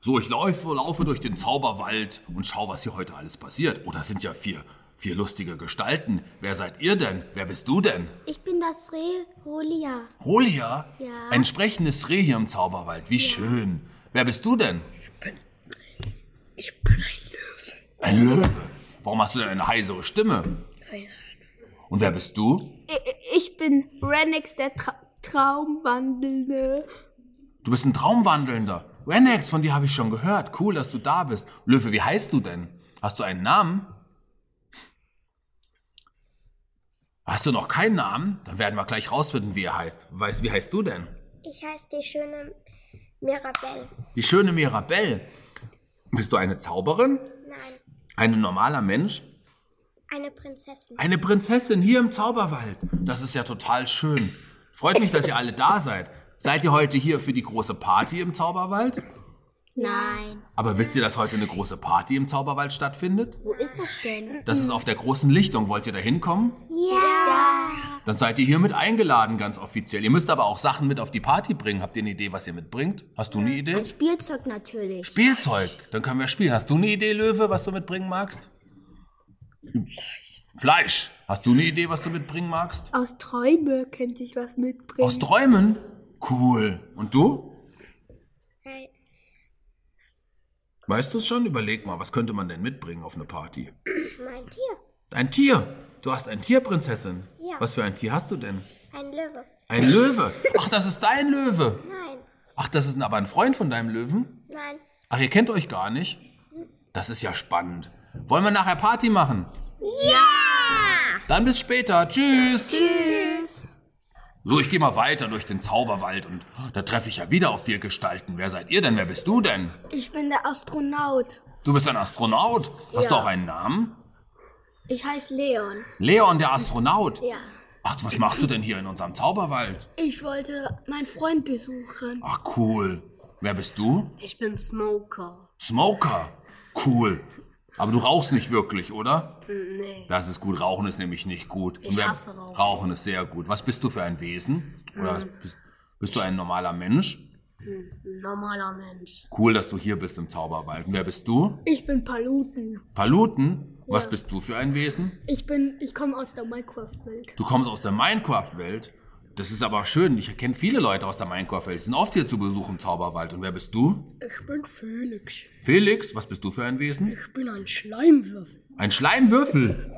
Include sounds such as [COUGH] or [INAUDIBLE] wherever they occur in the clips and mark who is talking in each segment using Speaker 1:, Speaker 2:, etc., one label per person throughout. Speaker 1: So, ich laufe, laufe durch den Zauberwald und schau, was hier heute alles passiert. Oh, das sind ja vier, vier lustige Gestalten. Wer seid ihr denn? Wer bist du denn?
Speaker 2: Ich bin das Reh Holia.
Speaker 1: Holia?
Speaker 2: Ja.
Speaker 1: Entsprechendes Reh hier im Zauberwald. Wie schön. Wer bist du denn?
Speaker 3: Ich bin ein Löwe.
Speaker 1: Ein Löwe. Warum hast du denn eine heisere Stimme?
Speaker 3: Keine Ahnung.
Speaker 1: Und wer bist du?
Speaker 2: Ich bin Renix, der Tra Traumwandelnde.
Speaker 1: Du bist ein Traumwandelnder. Renex, von dir habe ich schon gehört. Cool, dass du da bist. Löwe, wie heißt du denn? Hast du einen Namen? Hast du noch keinen Namen? Dann werden wir gleich rausfinden, wie er heißt. Weißt, wie heißt du denn?
Speaker 4: Ich heiße die schöne Mirabelle.
Speaker 1: Die schöne Mirabelle. Bist du eine Zauberin?
Speaker 4: Nein,
Speaker 1: Ein normaler Mensch?
Speaker 4: eine Prinzessin.
Speaker 1: Eine Prinzessin hier im Zauberwald. Das ist ja total schön. Freut mich, dass ihr alle da seid. Seid ihr heute hier für die große Party im Zauberwald?
Speaker 2: Nein.
Speaker 1: Aber wisst ihr, dass heute eine große Party im Zauberwald stattfindet?
Speaker 2: Wo ist das denn?
Speaker 1: Das ist auf der großen Lichtung. Wollt ihr da hinkommen?
Speaker 2: Ja.
Speaker 1: Dann seid ihr hiermit eingeladen, ganz offiziell. Ihr müsst aber auch Sachen mit auf die Party bringen. Habt ihr eine Idee, was ihr mitbringt? Hast du eine Idee?
Speaker 2: Spielzeug natürlich.
Speaker 1: Spielzeug. Dann können wir spielen. Hast du eine Idee, Löwe, was du mitbringen magst? Fleisch. Fleisch. Hast du eine Idee, was du mitbringen magst?
Speaker 3: Aus Träume könnte ich was mitbringen.
Speaker 1: Aus Träumen? Cool. Und du?
Speaker 4: Nein,
Speaker 1: Weißt du es schon? Überleg mal, was könnte man denn mitbringen auf eine Party?
Speaker 4: mein Tier.
Speaker 1: Ein Tier. Du hast ein Tier, Prinzessin.
Speaker 4: Ja.
Speaker 1: Was für ein Tier hast du denn?
Speaker 4: Ein Löwe.
Speaker 1: Ein Löwe. Ach, das ist dein Löwe.
Speaker 4: Nein,
Speaker 1: Ach, das ist aber ein Freund von deinem Löwen.
Speaker 4: nein.
Speaker 1: Ach, ihr kennt euch gar nicht. Das ist ja spannend. Wollen wir nachher Party machen? Ja! Dann bis später. Tschüss.
Speaker 2: Tschüss.
Speaker 1: So, ich gehe mal weiter durch den Zauberwald und da treffe ich ja wieder auf vier Gestalten. Wer seid ihr denn? Wer bist du denn?
Speaker 3: Ich bin der Astronaut.
Speaker 1: Du bist ein Astronaut. Hast du auch einen Namen?
Speaker 3: Ich heiße Leon.
Speaker 1: Leon, der Astronaut.
Speaker 3: Ja.
Speaker 1: Ach, was machst du denn hier in unserem Zauberwald?
Speaker 3: Ich wollte meinen Freund besuchen.
Speaker 1: Ach, cool. Wer bist du?
Speaker 5: Ich bin Smoker.
Speaker 1: Smoker. Cool. Aber du rauchst nicht wirklich, oder?
Speaker 5: Nee.
Speaker 1: Das ist gut. Rauchen ist nämlich nicht gut.
Speaker 5: Ich
Speaker 1: Und wer-
Speaker 5: hasse Rauchen. Mhm.
Speaker 1: Rauchen ist sehr gut. Was bist du für ein Wesen? Oder was bist, bist du ein normaler Mensch?
Speaker 5: Ein normaler Mensch.
Speaker 1: Cool, dass du hier bist im Zauberwald. Und wer bist du?
Speaker 3: Ich bin Paluten.
Speaker 1: Paluten? Was bist du für ein Wesen?
Speaker 3: Ich bin, ich komme aus der Minecraft-Welt.
Speaker 1: Du kommst aus der Minecraft-Welt. Das ist aber schön. Ich kenne viele Leute aus der Minecraft-Welt. Die sind oft hier zu Besuch im Zauberwald. Und wer bist du?
Speaker 5: Ich bin Felix.
Speaker 1: Felix, was bist du für ein Wesen?
Speaker 5: Ich bin ein Schleimwürfel.
Speaker 1: Ein Schleimwürfel.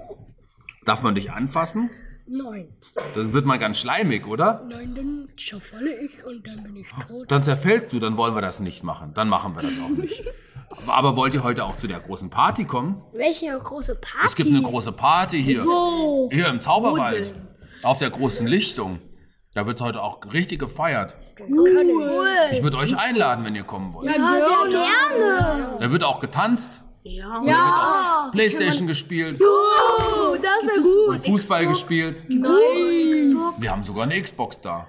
Speaker 1: Darf man dich anfassen?
Speaker 5: Nein.
Speaker 1: Dann wird man ganz schleimig, oder?
Speaker 5: Nein, dann zerfalle ich und dann bin ich tot.
Speaker 1: Dann zerfällst du, dann wollen wir das nicht machen. Dann machen wir das auch
Speaker 3: [LAUGHS]
Speaker 1: nicht. Aber- Aber wollt ihr heute auch zu der großen Party kommen?
Speaker 3: Welche große Party?
Speaker 1: Es gibt eine große Party hier.
Speaker 3: Wo?
Speaker 1: Hier im Zauberwald. Auf der großen Lichtung. Da wird heute auch richtig gefeiert.
Speaker 3: Cool.
Speaker 1: Ich würde euch einladen, wenn ihr kommen wollt.
Speaker 3: Ja, sehr gerne.
Speaker 1: Da wird auch getanzt,
Speaker 5: Ja.
Speaker 3: Ja.
Speaker 1: Playstation gespielt,
Speaker 3: Oh, das wäre gut.
Speaker 1: Fußball gespielt.
Speaker 3: Nice.
Speaker 1: Wir haben sogar eine Xbox da.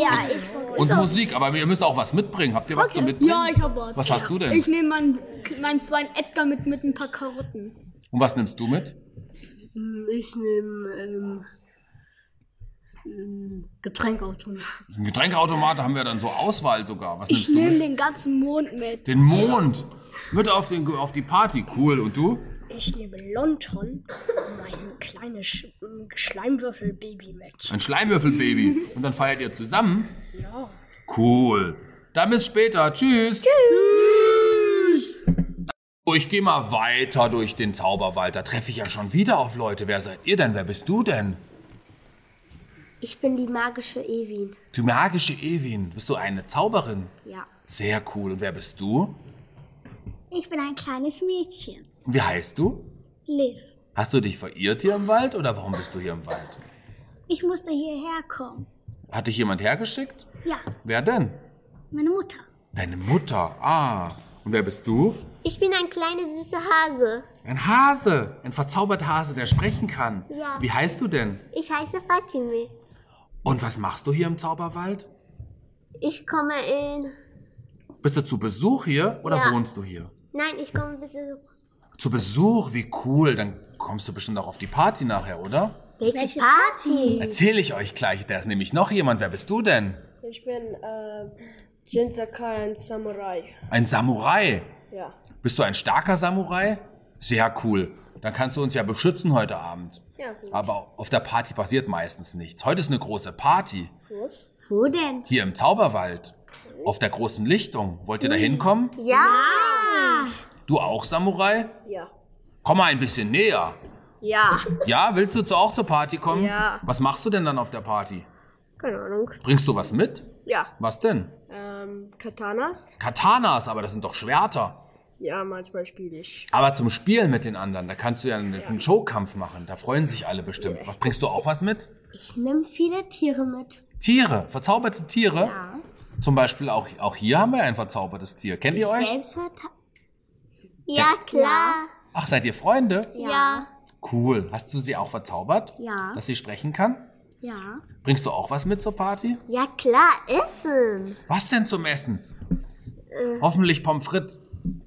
Speaker 2: Ja, Xbox.
Speaker 1: Und Musik, aber ihr müsst auch was mitbringen. Habt ihr was zu mitbringen?
Speaker 3: Ja, ich hab was.
Speaker 1: Was hast du denn?
Speaker 3: Ich nehme meinen mein Schwein Edgar mit, mit ein paar Karotten.
Speaker 1: Und was nimmst du mit?
Speaker 5: Ich nehme ähm, ein Getränkautomat.
Speaker 1: Ein Getränkeautomat da haben wir dann so Auswahl sogar. Was nimmst
Speaker 3: Ich
Speaker 1: du
Speaker 3: nehme
Speaker 1: mit?
Speaker 3: den ganzen Mond mit.
Speaker 1: Den Mond. Mit auf, den, auf die Party. Cool. Und du?
Speaker 5: Ich nehme Lonton, mein kleines Sch Schleimwürfel-Baby mit.
Speaker 1: Ein
Speaker 5: [LAUGHS]
Speaker 1: Schleimwürfelbaby. Und dann feiert ihr zusammen? Ja. Cool. Dann bis später. Tschüss. Tschüss. Oh, ich gehe mal weiter durch den Zauberwald. Da treffe ich ja schon wieder auf Leute. Wer seid ihr denn? Wer bist du denn?
Speaker 4: Ich bin die magische Ewin.
Speaker 1: Du magische Ewin. Bist du eine Zauberin?
Speaker 4: Ja.
Speaker 1: Sehr cool. Und wer bist du?
Speaker 2: Ich bin ein kleines Mädchen.
Speaker 1: Und wie heißt du?
Speaker 2: Liv.
Speaker 1: Hast du dich verirrt hier im Wald oder warum bist du hier im Wald?
Speaker 2: Ich musste hierher kommen.
Speaker 1: Hat dich jemand hergeschickt?
Speaker 2: Ja,
Speaker 1: Wer denn?
Speaker 2: meine Mutter.
Speaker 1: Deine Mutter. Ah. Und wer bist du?
Speaker 4: Ich bin ein kleiner süßer Hase.
Speaker 1: Ein Hase, ein verzauberter Hase, der sprechen kann.
Speaker 4: Ja.
Speaker 1: Wie heißt du denn?
Speaker 4: Ich heiße Fatime.
Speaker 1: Und was machst du hier im Zauberwald?
Speaker 4: Ich komme in.
Speaker 1: Bist du zu Besuch hier oder
Speaker 4: Ja.
Speaker 1: wohnst du hier?
Speaker 4: Nein, ich komme ein bisschen.
Speaker 1: Zu Besuch, wie cool. Dann kommst du bestimmt auch auf die Party nachher, oder?
Speaker 4: Welche, Party?
Speaker 1: Erzähle ich euch gleich. Da ist nämlich noch jemand. Wer bist du denn?
Speaker 6: Ich bin äh, Jin Sakai, ein Samurai.
Speaker 1: Ein Samurai.
Speaker 6: Ja.
Speaker 1: Bist du ein starker Samurai? Sehr cool. Dann kannst du uns ja beschützen heute Abend.
Speaker 6: Ja, gut.
Speaker 1: Aber auf der Party passiert meistens nichts. Heute ist eine große Party.
Speaker 6: Groß.
Speaker 4: Wo denn?
Speaker 1: Hier im Zauberwald. Auf der großen Lichtung. Wollt
Speaker 4: Hm.
Speaker 1: ihr da hinkommen?
Speaker 4: Ja.
Speaker 1: Du auch, Samurai?
Speaker 6: Ja.
Speaker 1: Komm mal ein bisschen näher.
Speaker 6: Ja.
Speaker 1: Ja, willst du zu- auch zur Party kommen?
Speaker 6: Ja.
Speaker 1: Was machst du denn dann auf der Party?
Speaker 6: Keine Ahnung.
Speaker 1: Bringst du was mit?
Speaker 6: Ja.
Speaker 1: Was denn?
Speaker 6: Ähm, Katanas?
Speaker 1: Katanas, aber das sind doch Schwerter.
Speaker 6: Ja, manchmal spiele ich.
Speaker 1: Aber zum Spielen mit den anderen, da kannst du ja einen, einen Showkampf machen. Da freuen sich alle bestimmt. Was, bringst du auch was mit?
Speaker 4: Ich nehme viele Tiere mit.
Speaker 1: Tiere, verzauberte Tiere. Ja. Zum Beispiel auch, auch hier haben wir ein verzaubertes Tier. Kennt ihr euch?
Speaker 4: Selbstverteidigung.
Speaker 2: Ja, klar.
Speaker 1: Ach, seid ihr Freunde?
Speaker 2: Ja.
Speaker 1: Cool. Hast du sie auch verzaubert?
Speaker 4: Ja.
Speaker 1: Dass sie sprechen kann?
Speaker 4: Ja.
Speaker 1: Bringst du auch was mit zur Party?
Speaker 4: Ja, klar, essen.
Speaker 1: Was denn zum Essen?
Speaker 7: Äh.
Speaker 1: Hoffentlich Pommes frites.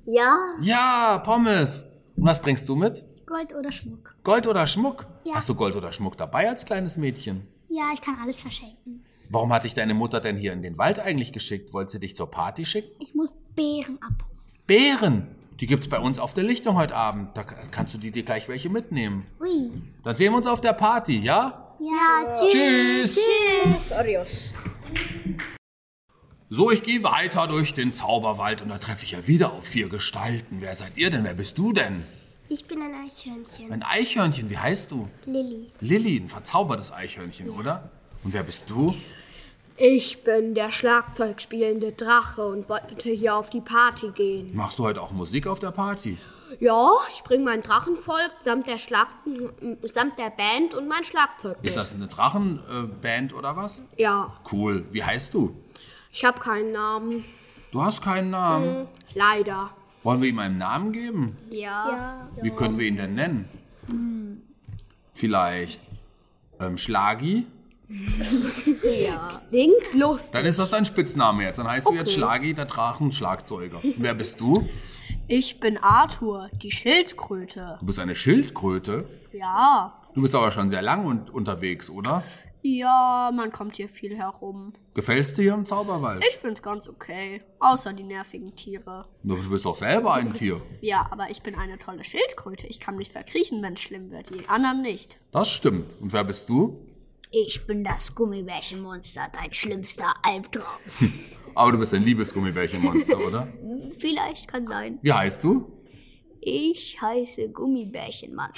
Speaker 4: Ja.
Speaker 1: Ja, Pommes. Und was bringst du mit?
Speaker 7: Gold oder Schmuck.
Speaker 1: Gold oder Schmuck? Hast du Gold oder Schmuck dabei als kleines Mädchen?
Speaker 7: Ja, ich kann alles verschenken.
Speaker 1: Warum hat dich deine Mutter denn hier in den Wald eigentlich geschickt? Wollte sie dich zur Party schicken?
Speaker 7: Ich muss Beeren abholen.
Speaker 1: Beeren! Die gibt's bei uns auf der Lichtung heute Abend. Da k- kannst du dir dir gleich welche mitnehmen.
Speaker 7: Ui.
Speaker 1: Dann sehen wir uns auf der Party, ja?
Speaker 4: Ja, tschüss.
Speaker 1: Tschüss!
Speaker 6: Adios.
Speaker 1: So, ich gehe weiter durch den Zauberwald und da treffe ich ja wieder auf vier Gestalten. Wer seid ihr denn? Wer bist du denn?
Speaker 4: Ich bin ein Eichhörnchen.
Speaker 1: Ein Eichhörnchen, wie heißt du?
Speaker 4: Lilly.
Speaker 1: Lilly, ein verzaubertes Eichhörnchen, oder? Und wer bist du?
Speaker 6: Ich bin der Schlagzeugspielende Drache und wollte hier auf die Party gehen.
Speaker 1: Machst du heute auch Musik auf der Party?
Speaker 6: Ja, ich bringe mein Drachenvolk samt der Schlag samt der Band und mein Schlagzeug.
Speaker 1: Ist
Speaker 6: mit.
Speaker 1: das eine Drachenband äh, oder was?
Speaker 6: Ja,
Speaker 1: Cool. Wie heißt du?
Speaker 6: ich habe keinen Namen.
Speaker 1: Du hast keinen Namen.
Speaker 6: Leider.
Speaker 1: Wollen wir ihm einen Namen geben? Ja. Wie können wir ihn denn nennen? Vielleicht ähm, Schlagi?
Speaker 6: Klingt lustig.
Speaker 1: Dann ist das dein Spitzname jetzt. Dann heißt du jetzt Schlagi, der Drachenschlagzeuger. Und Wer bist du?
Speaker 8: Ich bin Arthur, die Schildkröte.
Speaker 1: Du bist eine Schildkröte.
Speaker 8: Ja.
Speaker 1: Du bist aber schon sehr lang und unterwegs, oder?
Speaker 8: Ja, man kommt hier viel herum.
Speaker 1: Gefällst dir hier im Zauberwald?
Speaker 8: Ich find's ganz okay. Außer die nervigen Tiere.
Speaker 1: Du bist doch selber ein Tier.
Speaker 8: Ja, aber ich bin eine tolle Schildkröte. Ich kann mich verkriechen, wenn's schlimm wird. Die anderen nicht.
Speaker 1: Das stimmt. Und wer bist du?
Speaker 7: Ich bin das Gummibärchenmonster, dein schlimmster Albtraum.
Speaker 1: Aber du bist ein liebes Gummibärchenmonster, oder?
Speaker 7: Vielleicht kann sein.
Speaker 1: Wie heißt du?
Speaker 7: Ich heiße Gummibärchenmann.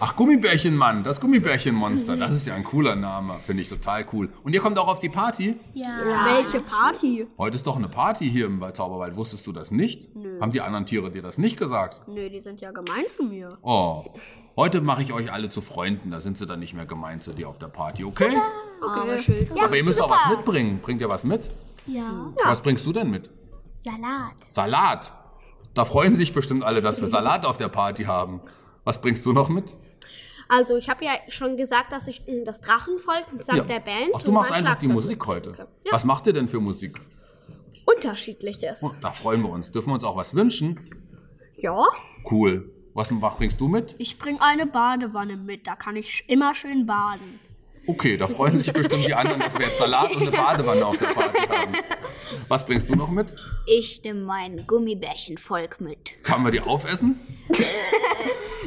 Speaker 1: Ach, Gummibärchenmann, das Gummibärchenmonster. Das ist ja ein cooler Name. Finde ich total cool. Und ihr kommt auch auf die Party?
Speaker 8: Welche Party?
Speaker 1: Heute ist doch eine Party hier im Zauberwald. Wusstest du das nicht? Haben die anderen Tiere dir das nicht gesagt?
Speaker 8: Nö, die sind ja gemein zu mir.
Speaker 1: Oh. Heute mache ich euch alle zu Freunden. Da sind sie dann nicht mehr gemein zu dir auf der Party, okay?
Speaker 8: Arme Schildkröte.
Speaker 1: Aber ihr müsst auch was mitbringen. Bringt ihr was mit?
Speaker 8: Hm.
Speaker 7: Ja.
Speaker 1: Was bringst du denn mit?
Speaker 7: Salat.
Speaker 1: Salat. Da freuen sich bestimmt alle, dass wir Salat auf der Party haben. Was bringst du noch mit?
Speaker 6: Also, ich habe ja schon gesagt, dass ich mh, das Drachenvolk samt der Band
Speaker 1: Ach, du
Speaker 6: und
Speaker 1: machst
Speaker 6: mein
Speaker 1: einfach die
Speaker 6: Schlagzeug-
Speaker 1: Musik heute.
Speaker 6: Ja.
Speaker 1: Was macht ihr denn für Musik?
Speaker 6: Unterschiedliches.
Speaker 1: Oh, da freuen wir uns. Dürfen wir uns auch was wünschen?
Speaker 6: Ja,
Speaker 1: Cool. Was bringst du mit?
Speaker 8: Ich bring eine Badewanne mit. Da kann ich sch- immer schön baden.
Speaker 1: Okay, da freuen sich bestimmt die anderen, dass wir jetzt Salat
Speaker 6: [LAUGHS]
Speaker 1: und eine Badewanne auf der Party haben. Was bringst du noch mit?
Speaker 7: Ich nehme mein Gummibärchenvolk mit.
Speaker 1: Kann man die aufessen?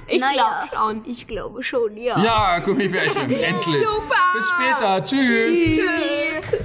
Speaker 7: Ich naja, glaube schon. Ich glaube schon, ja.
Speaker 1: [LAUGHS] Ja, Gummibärchen, endlich. Super. Bis später. Tschüss.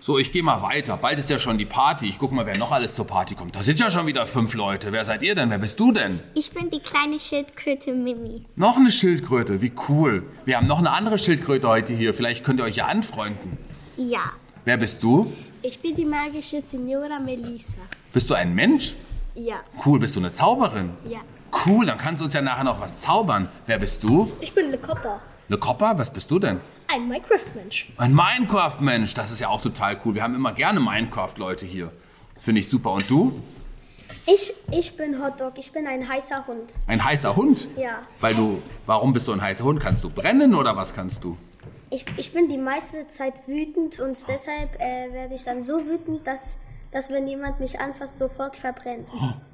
Speaker 1: So, ich gehe mal weiter. Bald ist ja schon die Party. Ich guck mal, wer noch alles zur Party kommt. Da sind ja schon wieder fünf Leute. Wer seid ihr denn? Wer bist du denn?
Speaker 4: Ich bin die kleine Schildkröte Mimi.
Speaker 1: Noch eine Schildkröte. Wie cool. Wir haben noch eine andere Schildkröte heute hier. Vielleicht könnt ihr euch ja anfreunden.
Speaker 4: Ja.
Speaker 1: Wer bist du?
Speaker 4: Ich bin die magische Signora Melissa.
Speaker 1: Bist du ein Mensch?
Speaker 4: Ja.
Speaker 1: Cool, bist du eine Zauberin?
Speaker 4: Ja.
Speaker 1: Cool, dann kannst du uns ja nachher noch was zaubern. Wer bist du?
Speaker 5: Ich bin Le Copper,
Speaker 1: Eine Kopper? Was bist du denn?
Speaker 5: ein Minecraft-Mensch.
Speaker 1: Ein Minecraft-Mensch, das ist ja auch total cool. Wir haben immer gerne Minecraft-Leute hier. Das finde ich super. Und du?
Speaker 4: Ich, ich bin Hotdog. Ich bin ein heißer Hund.
Speaker 1: Ein heißer Hund?
Speaker 4: Ja.
Speaker 1: Weil du, warum bist du ein heißer Hund? Kannst du brennen oder was kannst du?
Speaker 4: Ich, ich bin die meiste Zeit wütend und deshalb äh, werde ich dann so wütend, dass, dass wenn jemand mich anfasst, sofort verbrennt.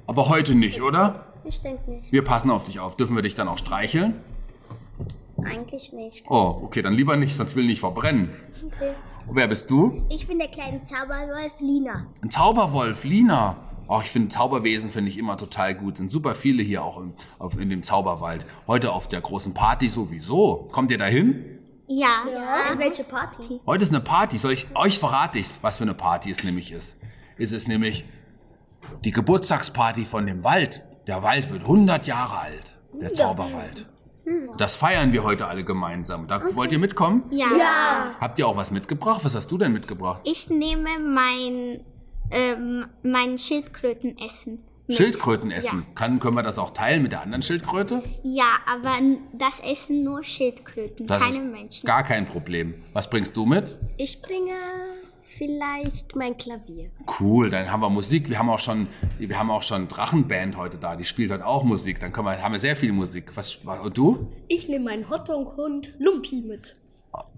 Speaker 1: Aber heute nicht, oder?
Speaker 4: Ich denke nicht.
Speaker 1: Wir passen auf dich auf. Dürfen wir dich dann auch streicheln?
Speaker 4: Eigentlich nicht.
Speaker 1: Oh, okay, dann lieber nicht, sonst will ich verbrennen.
Speaker 4: Okay.
Speaker 1: Und wer bist du?
Speaker 4: Ich bin der kleine Zauberwolf Lina.
Speaker 1: Ein Zauberwolf, Lina. Oh, ich finde Zauberwesen finde ich immer total gut. Sind super viele hier auch im, auf, in dem Zauberwald. Heute auf der großen Party sowieso. Kommt ihr da hin?
Speaker 4: Ja. ja. Welche Party?
Speaker 1: Heute ist eine Party. Soll ich euch verrate ich, was für eine Party es nämlich ist? Es ist nämlich die Geburtstagsparty von dem Wald. Der Wald wird 100 Jahre alt. Der Zauberwald. Das feiern wir heute alle gemeinsam. Da wollt ihr mitkommen?
Speaker 4: Ja.
Speaker 1: Habt ihr auch was mitgebracht? Was hast du denn mitgebracht?
Speaker 2: Ich nehme mein, ähm, mein Schildkrötenessen.
Speaker 1: Schildkröten essen. Kann, können wir das auch teilen mit der anderen Schildkröte?
Speaker 2: Ja, aber n- das essen nur Schildkröten,
Speaker 1: Das
Speaker 2: keine
Speaker 1: ist
Speaker 2: Menschen.
Speaker 1: Gar kein Problem. Was bringst du mit?
Speaker 9: Ich bringe vielleicht mein Klavier.
Speaker 1: Cool, dann haben wir Musik. Wir haben auch schon, wir haben auch schon Drachenband heute da. Die spielt heute auch Musik. Dann können wir, haben wir sehr viel Musik. Was, und du?
Speaker 5: Ich nehme meinen Hotdog-Hund Lumpi mit.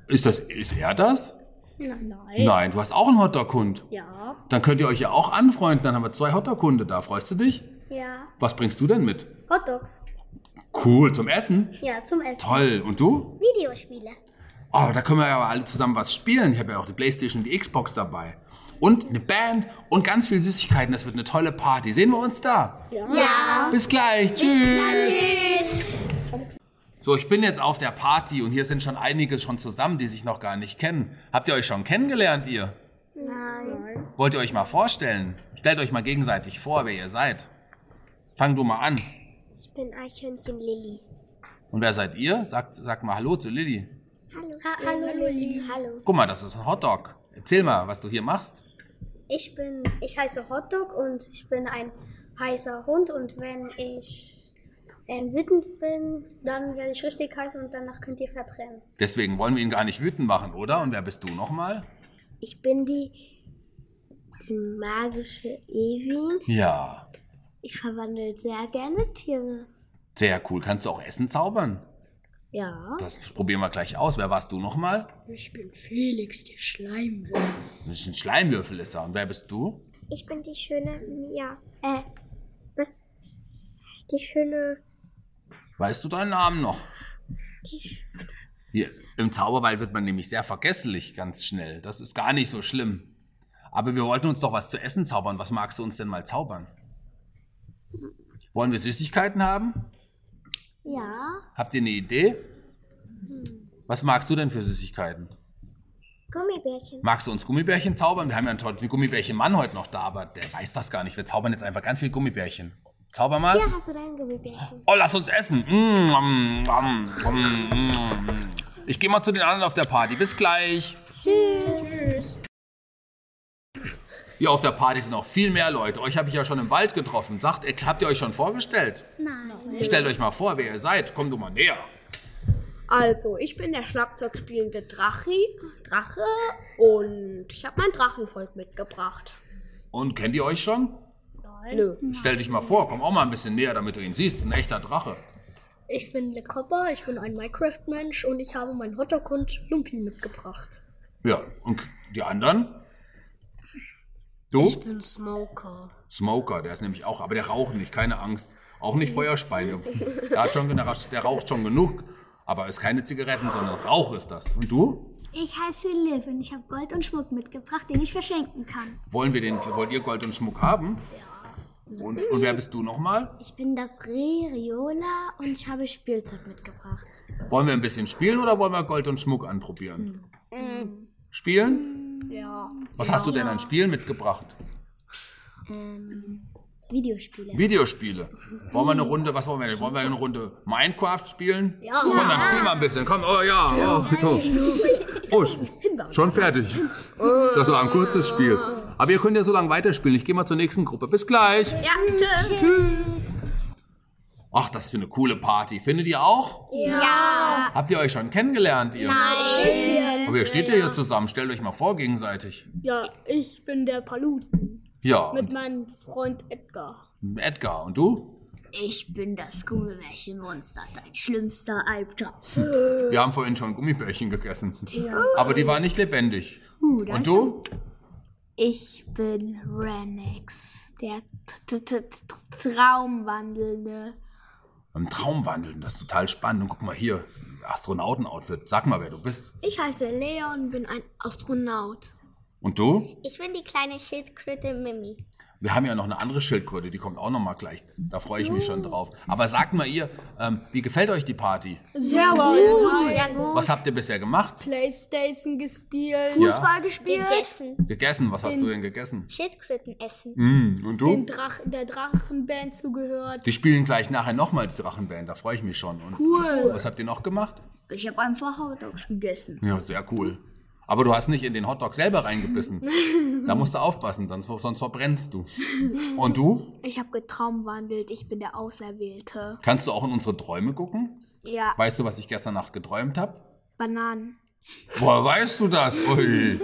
Speaker 1: Ist das, ist er das?
Speaker 5: Nein.
Speaker 1: Nein, du hast auch einen Hotdog-Hund.
Speaker 5: Ja.
Speaker 1: Dann könnt ihr euch ja auch anfreunden. Dann haben wir zwei Hotdog-Hunde da. Freust du dich?
Speaker 4: Ja.
Speaker 1: Was bringst du denn mit?
Speaker 4: Hot Dogs.
Speaker 1: Cool, zum Essen?
Speaker 4: Ja, zum Essen.
Speaker 1: Toll. Und du?
Speaker 4: Videospiele.
Speaker 1: Oh, da können wir ja aber alle zusammen was spielen. Ich habe ja auch die Playstation und die Xbox dabei. Und eine Band und ganz viel Süßigkeiten. Das wird eine tolle Party. Sehen wir uns da.
Speaker 4: Ja.
Speaker 1: Bis gleich. Tschüss. So, ich bin jetzt auf der Party und hier sind schon einige schon zusammen, die sich noch gar nicht kennen. Habt ihr euch schon kennengelernt, ihr? Nein. Wollt ihr euch mal vorstellen? Stellt euch mal gegenseitig vor, wer ihr seid. Fang du mal an.
Speaker 4: Ich bin Eichhörnchen Lilly.
Speaker 1: Und wer seid ihr? Sagt, sagt mal Hallo zu Lilly.
Speaker 4: Hallo. hallo Lilly. Hallo.
Speaker 1: Guck mal, das ist ein Hotdog. Erzähl mal, was du hier machst.
Speaker 4: Ich bin, ich heiße Hot Dog und ich bin ein heißer Hund und wenn ich ähm, wütend bin, dann werde ich richtig heiß und danach könnt ihr verbrennen.
Speaker 1: Deswegen wollen wir ihn gar nicht wütend machen, oder? Und wer bist du nochmal?
Speaker 9: Ich bin die, die magische Evi.
Speaker 1: Ja.
Speaker 9: Ich verwandle sehr gerne Tiere.
Speaker 1: Sehr cool. Kannst du auch Essen zaubern?
Speaker 9: Ja.
Speaker 1: Das probieren wir gleich aus. Wer warst du nochmal?
Speaker 5: Ich bin Felix, der Schleimwürfel.
Speaker 1: Das ist ein Schleimwürfel, ist er. Und wer bist du?
Speaker 4: Ich bin die schöne Mia. Äh, was? Die schöne.
Speaker 1: Weißt du deinen Namen noch? Hier, Im Zauberwald wird man nämlich sehr vergesslich ganz schnell. Das ist gar nicht so schlimm. Aber wir wollten uns doch was zu essen zaubern. Was magst du uns denn mal zaubern? Wollen wir Süßigkeiten haben? Ja. Habt ihr eine Idee? Was magst du denn für Süßigkeiten?
Speaker 4: Gummibärchen.
Speaker 1: Magst du uns Gummibärchen zaubern? Wir haben ja einen tollen Gummibärchen-Mann heute noch da, aber der weiß das gar nicht. Wir zaubern jetzt einfach ganz viel Gummibärchen. Zauber mal.
Speaker 4: Ja, hast du dein Gummibärchen?
Speaker 1: Oh, lass uns essen. Mm, mm, mm, mm, mm. Ich gehe mal zu den anderen auf der Party. Bis gleich. Tschüss. Hier auf der Party sind noch viel mehr Leute. Euch habe ich ja schon im Wald getroffen. Sagt, äh, habt ihr euch schon vorgestellt? Nein. Stellt euch mal vor, wer ihr seid. Kommt doch mal näher.
Speaker 6: Also, ich bin der Schlagzeugspielende Drachi, Drache und ich habe mein Drachenvolk mitgebracht.
Speaker 1: Und kennt ihr euch schon?
Speaker 6: Nö.
Speaker 1: Stell dich mal vor, komm auch mal ein bisschen näher, damit du ihn siehst. Ein echter Drache.
Speaker 5: Ich bin Lekopper, ich bin ein Minecraft-Mensch und ich habe meinen Hotdog-Hund Lumpi mitgebracht.
Speaker 1: Ja, und die anderen? Du?
Speaker 5: Ich bin Smoker.
Speaker 1: Smoker, der ist nämlich auch, aber der raucht nicht, keine Angst. Auch nicht Feuerspeise. Der, hat schon, gena- der raucht schon genug. Aber ist keine Zigaretten, sondern Rauch ist das. Und du?
Speaker 7: Ich heiße Liv und ich habe Gold und Schmuck mitgebracht, den ich verschenken kann.
Speaker 1: Wollen wir den, wollt ihr Gold und Schmuck haben? Ja. Und, und wer bist du nochmal?
Speaker 9: Ich bin das Reh Riola und ich habe Spielzeug mitgebracht.
Speaker 1: Wollen wir ein bisschen spielen oder wollen wir Gold und Schmuck anprobieren?
Speaker 9: Mhm.
Speaker 1: Spielen? Ja. Was hast du denn an Spielen mitgebracht?
Speaker 9: Ähm, Videospiele.
Speaker 1: Videospiele. Wollen wir eine Runde, was wollen wir denn? Wollen wir eine Runde Minecraft spielen? Ja. Komm, dann spielen wir ein bisschen. Komm, oh ja. Oh, so.
Speaker 9: [LAUGHS]
Speaker 1: oh sch- schon fertig. Das war ein kurzes Spiel. Aber ihr könnt ja so lange weiterspielen. Ich gehe mal zur nächsten Gruppe. Bis gleich.
Speaker 6: Ja, tschüss.
Speaker 1: Ach, das ist eine coole Party. Findet ihr auch? Ja. Habt ihr euch schon kennengelernt, ihr? Nein. Aber ihr steht ja hier zusammen. Stellt euch mal vor gegenseitig.
Speaker 3: Ja, ich bin der Paluten.
Speaker 1: Ja,
Speaker 3: Mit
Speaker 1: und
Speaker 3: meinem Freund Edgar.
Speaker 1: Edgar. Und du?
Speaker 7: Ich bin das Gummibärchenmonster, dein schlimmster Albtraum.
Speaker 1: Wir haben vorhin schon Gummibärchen gegessen. Aber die waren nicht lebendig. Und du?
Speaker 2: Ich bin Renix, der Traumwandelnde.
Speaker 1: im Traum wandeln. Das ist total spannend. Und guck mal hier, Astronauten-Outfit. Sag mal, wer du bist.
Speaker 5: Ich heiße Lea und bin ein Astronaut.
Speaker 1: Und du?
Speaker 4: Ich bin die kleine Schildkröte Mimi.
Speaker 1: Wir haben ja noch eine andere Schildkröte, die kommt auch noch mal gleich. Da freue ich mich schon drauf. Aber sagt mal ihr, ähm, wie gefällt euch die Party?
Speaker 3: Sehr gut.
Speaker 1: Was habt ihr bisher gemacht?
Speaker 3: Playstation gespielt.
Speaker 1: Fußball.
Speaker 4: Gegessen.
Speaker 1: Ja. Gegessen. Was hast du denn gegessen?
Speaker 4: Schildkröten essen.
Speaker 1: Mm, und
Speaker 3: Den
Speaker 1: du?
Speaker 3: Drach der Drachenband zugehört.
Speaker 1: Die spielen gleich nachher nochmal die Drachenband. Da freue ich mich schon. Und
Speaker 3: Cool.
Speaker 1: Was habt ihr noch gemacht?
Speaker 7: Ich habe einfach Hotdogs gegessen.
Speaker 1: Ja, sehr cool. Aber du hast nicht in den Hotdog selber reingebissen. Da musst du aufpassen, sonst, sonst verbrennst du. Und du?
Speaker 5: Ich habe getraumwandelt. Ich bin der Auserwählte.
Speaker 1: Kannst du auch in unsere Träume gucken?
Speaker 5: Ja,
Speaker 1: Weißt du, was ich gestern Nacht geträumt habe?
Speaker 5: Bananen.
Speaker 1: Woher weißt du das? Ui.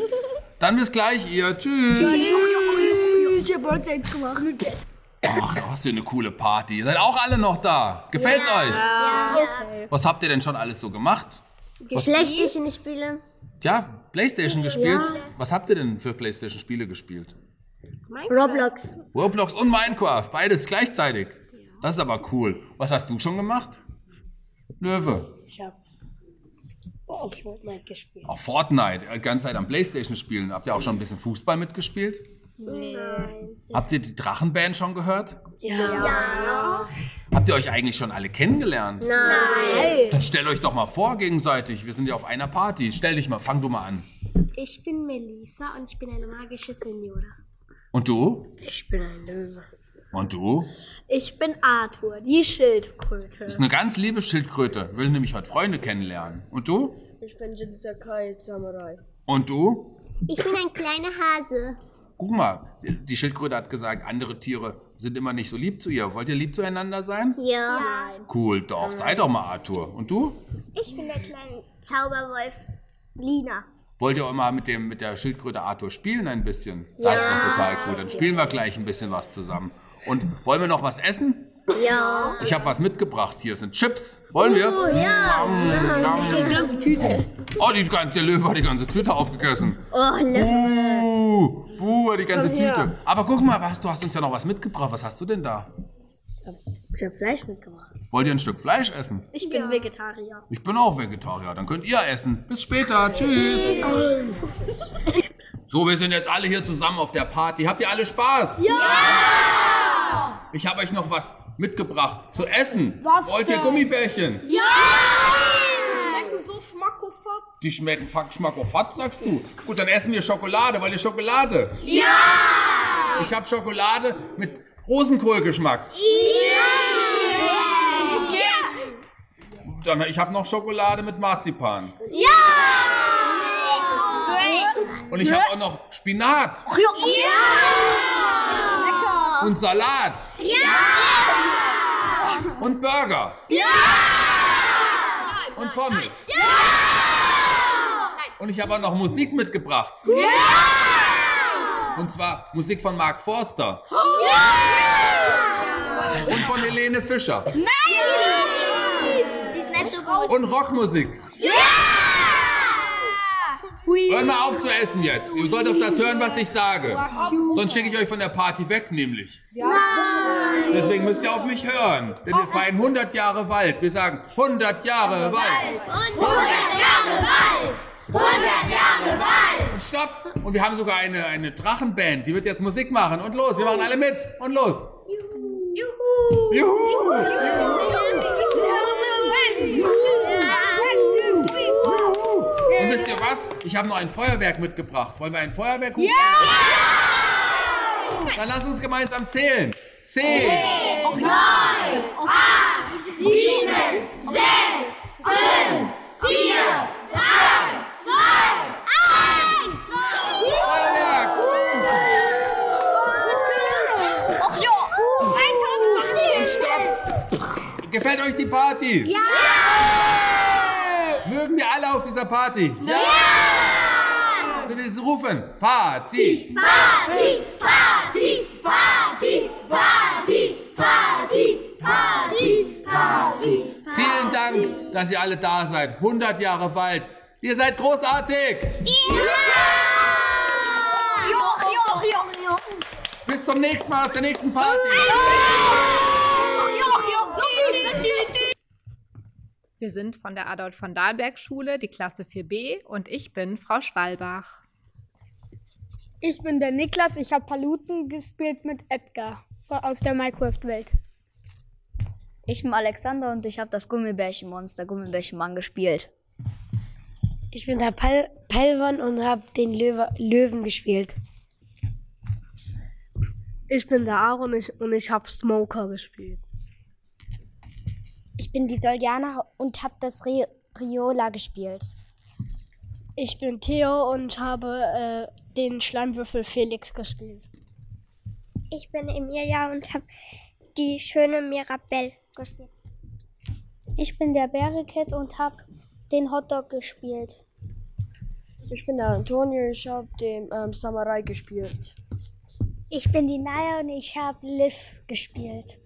Speaker 1: Dann bis gleich, ihr. Tschüss.
Speaker 5: Ich habe Hotdogs gemacht.
Speaker 1: Ach, da hast du eine coole Party. Ihr seid auch alle noch da. Gefällt's euch? Was habt ihr denn schon alles so gemacht?
Speaker 4: Playstation Spiele.
Speaker 1: Ja, Playstation gespielt. Was habt ihr denn für Playstation-Spiele gespielt?
Speaker 4: Roblox.
Speaker 1: Roblox und Minecraft, beides gleichzeitig. Das ist aber cool. Was hast du schon gemacht? Löwe.
Speaker 5: Ich habe oh, Fortnite gespielt.
Speaker 1: Auch Fortnite, die ganze Zeit am Playstation spielen. Habt ihr auch schon ein bisschen Fußball mitgespielt? Nein. Habt ihr die Drachenband schon gehört? Ja. Habt ihr euch eigentlich schon alle kennengelernt? Nein. Dann stellt euch doch mal vor gegenseitig. Wir sind ja auf einer Party. Stell dich mal, fang du mal an.
Speaker 9: Ich bin Melissa und ich bin eine magische Senora.
Speaker 1: Und du?
Speaker 5: Ich bin ein Löwe.
Speaker 1: Und du?
Speaker 5: Ich bin Arthur, die Schildkröte.
Speaker 1: Ist eine ganz liebe Schildkröte. Will nämlich heute Freunde kennenlernen. Und du?
Speaker 5: Ich bin Jin Sakai Samurai.
Speaker 1: Und du?
Speaker 4: Ich bin ein kleiner Hase.
Speaker 1: Guck mal, die Schildkröte hat gesagt, andere Tiere sind immer nicht so lieb zu ihr. Wollt ihr lieb zueinander sein?
Speaker 4: Ja.
Speaker 1: Cool, doch, sei doch mal Arthur. Und du?
Speaker 4: Ich bin der kleine Zauberwolf Lina.
Speaker 1: Wollt ihr auch mal mit, dem, mit der Schildkröte Arthur spielen ein bisschen? Ja. Das ist doch total cool. Dann spielen wir gleich ein bisschen was zusammen. Und wollen wir noch was essen? Ja. Ich habe was mitgebracht hier. Es sind Chips. Wollen wir? Oh, ja. Die ganze Tüte. Oh, die, ganze- der Löwe hat die ganze Tüte aufgegessen. Oh, Löwe. Buh, buh, die ganze Tüte. Aber guck mal, was, du hast uns ja noch was mitgebracht. Was hast du denn da?
Speaker 5: Ich habe Fleisch mitgemacht.
Speaker 1: Wollt ihr ein Stück Fleisch essen?
Speaker 5: Ich bin Vegetarier.
Speaker 1: Ich bin auch Vegetarier, dann könnt ihr essen. Bis später, tschüss. So, wir sind jetzt alle hier zusammen auf der Party. Habt ihr alle Spaß? Ja! Ich habe euch noch was mitgebracht zu essen.
Speaker 3: Was
Speaker 1: Wollt ihr
Speaker 3: denn?
Speaker 1: Gummibärchen? Ja!
Speaker 3: Schmecken so schmackofatz.
Speaker 1: Die schmecken fuck schmackofatz, sagst du? Gut, dann essen wir Schokolade. Wollt ihr Schokolade? Ja! Ich habe Schokolade mit Rosenkohlgeschmack. Ja! Dann, ich habe noch Schokolade mit Marzipan. Und ich habe auch noch Spinat. Ja! Und Salat. Ja! Und Burger. Ja! Und Pommes. Ja! Und ich habe auch noch Musik mitgebracht. Ja! Und zwar Musik von Mark Forster. Ja! Und von Helene Fischer.
Speaker 4: Die ist nicht so gut.
Speaker 1: Und Rockmusik. Hört mal auf zu essen jetzt. Ihr sollt auf das hören, was ich sage. Sonst schicke ich euch von der Party weg, nämlich. Deswegen müsst ihr auf mich hören. Denn wir feiern 100 Jahre Wald. Wir sagen 100 Jahre Wald.
Speaker 4: 100 Jahre Wald. 100 Jahre Wald.
Speaker 1: Stopp! Und wir haben sogar eine, eine Drachenband. Die wird jetzt Musik machen. Und los, wir machen alle mit. Und los. Juhu. Juhu. Und wisst ihr was? Ich habe noch ein Feuerwerk mitgebracht. Wollen wir ein Feuerwerk holen? Ja! Dann lasst uns gemeinsam zählen. Zehn. Feuerwerk. Und stopp. Gefällt euch die Party? Ja! Mögen wir alle auf dieser Party? Ja! Wir müssen rufen. Party.
Speaker 4: Party, Party, Party, Party, Party, Party, Party.
Speaker 1: Vielen Dank, dass ihr alle da seid. 100 Jahre Wald. Ihr seid großartig.
Speaker 4: Joch, joch, joch, joch.
Speaker 1: Bis zum nächsten Mal auf der nächsten Party.
Speaker 4: Joch, joch, joch.
Speaker 10: Wir sind von der Adolf von Dahlberg Schule, die Klasse 4b und ich bin Frau Schwalbach.
Speaker 3: Ich bin der Niklas, ich habe Paluten gespielt mit Edgar von- aus der Minecraft-Welt.
Speaker 11: Ich bin Alexander und ich habe das Gummibärchenmonster Gummibärchenmann gespielt.
Speaker 12: Ich bin der Pal Palvan und habe den Löwe Löwen gespielt.
Speaker 6: Ich bin der Aaron ich, und ich habe Smoker gespielt.
Speaker 9: Ich bin die Soliana und habe das Ri Riola gespielt.
Speaker 6: Ich bin Theo und habe äh, den Schleimwürfel Felix gespielt.
Speaker 13: Ich bin Emilia und habe die schöne Mirabelle gespielt.
Speaker 9: Ich bin der Bärecat und habe den Hotdog gespielt.
Speaker 14: Ich bin der Antonio, ich habe den ähm, Samurai gespielt.
Speaker 4: Ich bin die Naya und ich habe Liv gespielt.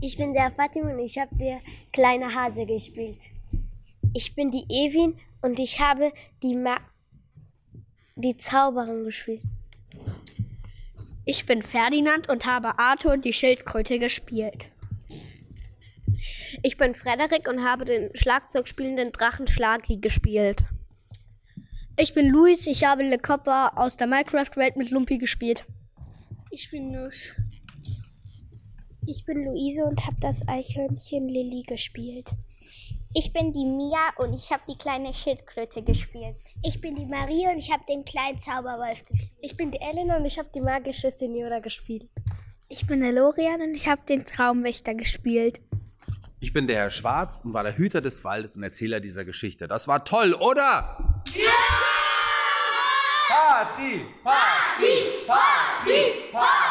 Speaker 4: Ich bin der Fatim und ich habe der kleine Hase gespielt. Ich bin die Evin und ich habe die, Ma die Zauberin gespielt.
Speaker 15: Ich bin Ferdinand und habe Arthur die Schildkröte gespielt.
Speaker 16: Ich bin Frederik und habe den Schlagzeugspielenden Drachen Schlagi gespielt.
Speaker 17: Ich bin Luis, ich habe Le Copper aus der Minecraft-Welt mit Lumpi gespielt.
Speaker 13: Ich bin Nusch. Ich bin Luise und habe das Eichhörnchen Lilly gespielt.
Speaker 4: Ich bin die Mia und ich habe die kleine Schildkröte gespielt.
Speaker 18: Ich bin die Marie und ich habe den kleinen Zauberwolf gespielt.
Speaker 19: Ich bin die Elena und ich habe die magische Senora gespielt.
Speaker 20: Ich bin der Lorian und ich habe den Traumwächter gespielt.
Speaker 1: Ich bin der Herr Schwarz und war der Hüter des Waldes und Erzähler dieser Geschichte. Das war toll, oder?
Speaker 21: Ja! Party! Party! Party! Party!